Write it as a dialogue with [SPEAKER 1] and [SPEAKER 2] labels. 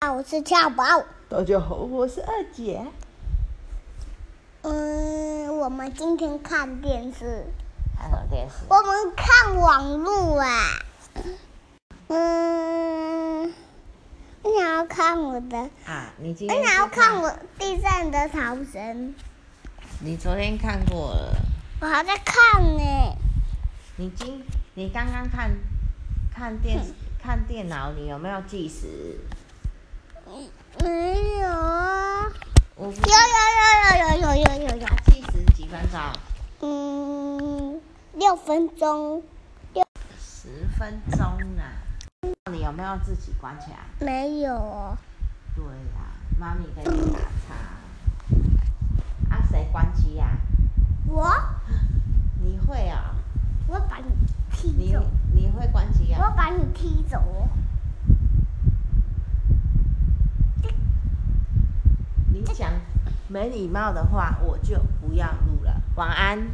[SPEAKER 1] 啊，我是俏宝。
[SPEAKER 2] 大家好，我是二姐。
[SPEAKER 1] 嗯，我们今天看电视，
[SPEAKER 3] 看什么电视？
[SPEAKER 1] 我们看网路啊。嗯，我想要看我的，
[SPEAKER 3] 啊，你今
[SPEAKER 1] 我
[SPEAKER 3] 天
[SPEAKER 1] 想要
[SPEAKER 3] 是
[SPEAKER 1] 看我地震的逃生，
[SPEAKER 3] 你昨天看过了，
[SPEAKER 1] 我还在看呢、
[SPEAKER 3] 你今你刚刚看看电看电脑，你有没有计时？
[SPEAKER 1] 没有啊，有
[SPEAKER 3] 我不
[SPEAKER 1] 有有有有有有有有，
[SPEAKER 3] 计时几分钟？
[SPEAKER 1] 嗯，六分钟
[SPEAKER 3] 十分钟啦。你有没有自己关起来？
[SPEAKER 1] 没有哦，
[SPEAKER 3] 对呀、妈咪跟你打叉。啊，谁关机呀、
[SPEAKER 1] 我
[SPEAKER 3] 你会啊、
[SPEAKER 1] 我把你哦踢
[SPEAKER 3] 你
[SPEAKER 1] 走，
[SPEAKER 3] 你会关机啊呀、
[SPEAKER 1] 我把你踢走哦。
[SPEAKER 3] 你讲没礼貌的话，我就不要录了。晚安。